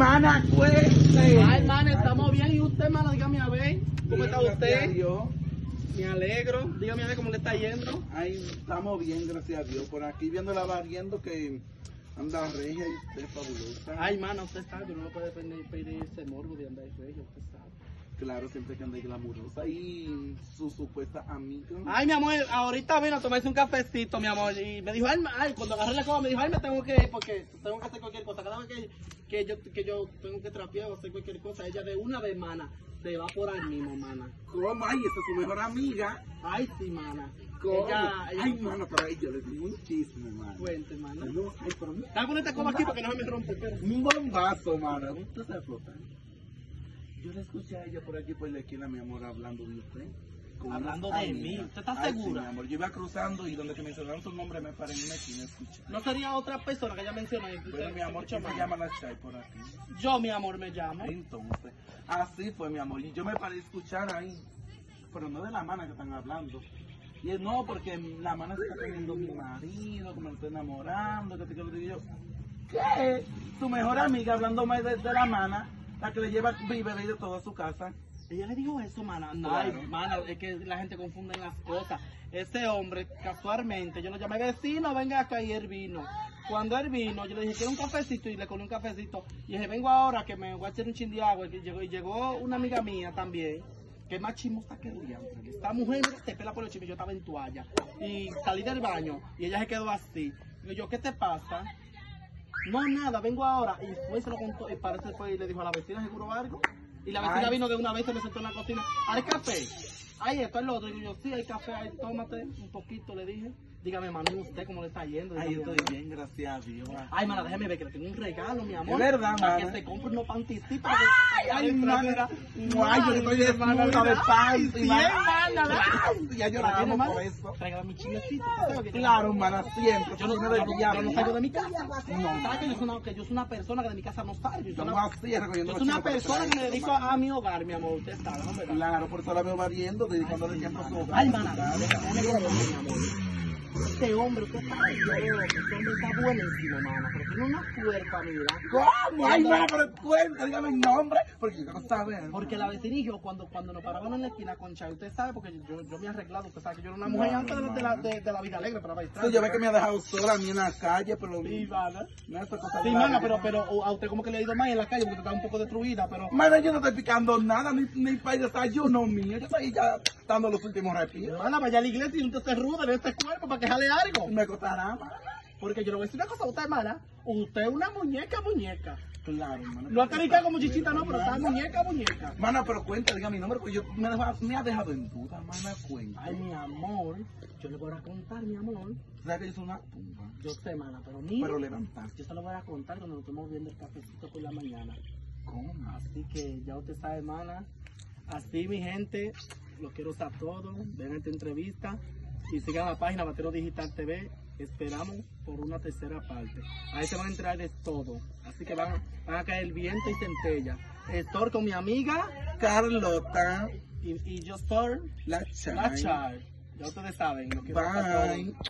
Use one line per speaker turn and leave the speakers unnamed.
Mana, cueste.
Ay, hermano, estamos bien. ¿Y usted, hermano? Dígame a ver. ¿Cómo está usted?
Yo.
Me alegro. Dígame a ver cómo le está yendo.
Ay, estamos bien, gracias a Dios. Por aquí viendo la barriendo que anda regia y usted es fabulosa.
Ay, hermano, usted sabe que uno no puede pedir, pedir ese morbo de andar bello, usted sabe.
Claro, siempre que anda glamurosa. Y su supuesta amiga.
Ay, mi amor, ahorita vino a tomarse un cafecito, mi amor. Y me dijo, ay, ma- ay, cuando agarré la coba, me dijo, ay, me tengo que ir porque tengo que hacer cualquier cosa. Cada vez que, que yo, que yo tengo que trapear o hacer cualquier cosa, ella de una vez, mana, se va por ahí mismo, mana.
¿Cómo? Ay, esa es su mejor amiga.
Ay, sí, mana.
¿Cómo?
Ella, ella-
Ay, mana, pero ahí yo le digo un chisme, mana.
Cuente, mana.
No, ay, pero un-
Está con esta coba aquí porque no se me rompe, pero.
un bombazo, mana. Usted se flota. Yo la escuché a ella por aquí, por la esquina, mi amor, hablando de usted. con
Hablando
unas
de
amigas.
mí, ¿usted está
Ay, sí,
segura?
mi amor, yo iba cruzando y donde que mencionaron su nombre me paré en una esquina a escuchar.
No sería otra persona que ella mencionó.
Bueno, mi amor,
Mucho
¿cómo se
más.
llama la Chay por aquí?
Yo, mi amor, me llamo.
Entonces, así fue, Ah, pues, mi amor. Y yo me paré a escuchar ahí, pero no de la mana que están hablando. Y él, no, porque la mana se está teniendo mi marido, que me lo está enamorando, que te que lo digo yo. ¿Qué? Tu mejor amiga hablando más de, de la mana, la que le lleva víveres de toda su casa.
Ella le dijo eso, mana. No,
Claro.
ay, mana, es que la gente confunde las cosas. Ese hombre, casualmente, yo lo llamé vecino, venga acá y él vino. Cuando él vino, yo le dije, quiero un cafecito y le colé un cafecito. Y dije, vengo ahora que me voy a hacer un chin de agua. Y llegó, y llegó una amiga mía también, que es más chismosa que el diantre. Esta mujer te pela por el chisme, yo estaba en toalla. Y salí del baño y ella se quedó así. Y yo, ¿qué te pasa? No, nada, vengo ahora. Y fue y se lo contó. Y parece fue y le dijo a la vecina, seguro algo. Y la vecina
Ay.
vino de una vez, se me sentó en la cocina. ¿Hay café? Ahí esto es lo otro. Y yo, sí, hay café, ahí, tómate un poquito, le dije. Dígame, Manu, ¿usted cómo le está yendo?
Ahí
Dígame,
estoy
Manu.
bien, gracias a Dios.
Ay, mana, déjeme ver que le tengo un regalo, mi amor.
Es verdad,
Para
mana.
que se compre unos pantisitos.
Ay, ay, mana. Ay, yo estoy desnuda de pan.
Sí, hermana.
Ya yo la amo por eso.
Regala mi chismecito.
Claro, mana, siempre.
Yo no,
soy
yo
una del
no- yo
diablo.
no salgo de mi casa.
No.
¿Sabes que yo soy, una, que yo soy una persona que de mi casa no salgo? Yo soy
Estamos
una,
así, recogiendo
yo
los
soy una
chicos para
persona que me
traer,
dedico
hermano.
a mi hogar, mi amor. Usted está, déjame ver.
Claro, por eso la veo barriendo, dedicándole tiempo a su hogar.
Ay, mana,
Claro.
déjame ver, mi amor. Este hombre, usted sabe, yo, este hombre está buenísimo, mana. Pero tiene una cuerpa, mira.
¿Cómo? Ay, mana, pero cuenta, dígame el nombre, porque yo quiero saber.
Porque la vecina y yo, cuando, cuando nos parábamos en la esquina con Chay, usted sabe, porque yo, yo me he arreglado, usted sabe que yo era una mujer
Claro,
antes de, la- de la, de, de la vida alegre, para bailar.
Sí, yo veo que me ha dejado sola a mí en la calle, pero...
Sí, mana.
No, esa cosa
Sí,
rara.
mana, pero, pero a usted como que le ha ido más en la calle, porque está un poco destruida, pero...
Mana, yo no estoy picando nada, ni, ni para el desayuno mío. Yo estoy ya dando los últimos respiros.
Hermana, vaya a la iglesia y usted se ruda de este cuerpo para que jale algo.
Me costará, mana.
Porque yo le voy a decir una cosa a usted, hermana. Usted es una muñeca, muñeca.
Claro, mana.
No acaricia como chichita, no, pero está muñeca, muñeca.
Mana, pero cuenta, diga mi nombre, porque yo me, deja- me ha dejado en duda, mana, cuenta.
Ay, mi amor, yo le voy a contar, mi amor.
¿Sabes que yo soy una tumba?
Yo sé, hermana, pero mira.
Pero levantarse,
Yo se lo voy a contar cuando nos estemos viendo el cafecito por la mañana.
¿cómo?
Así que ya usted sabe, hermana. Así, mi gente, los quiero a todos. Vean esta entrevista y sigan la página Batero Digital TV. Esperamos por una tercera parte. Ahí se van a entrar de todo. Así que van, van a caer viento y centella. Estor con mi amiga
Carlota,
y, y yo Thor,
la
la
Chay.
Char. Ya ustedes saben lo que
Bye.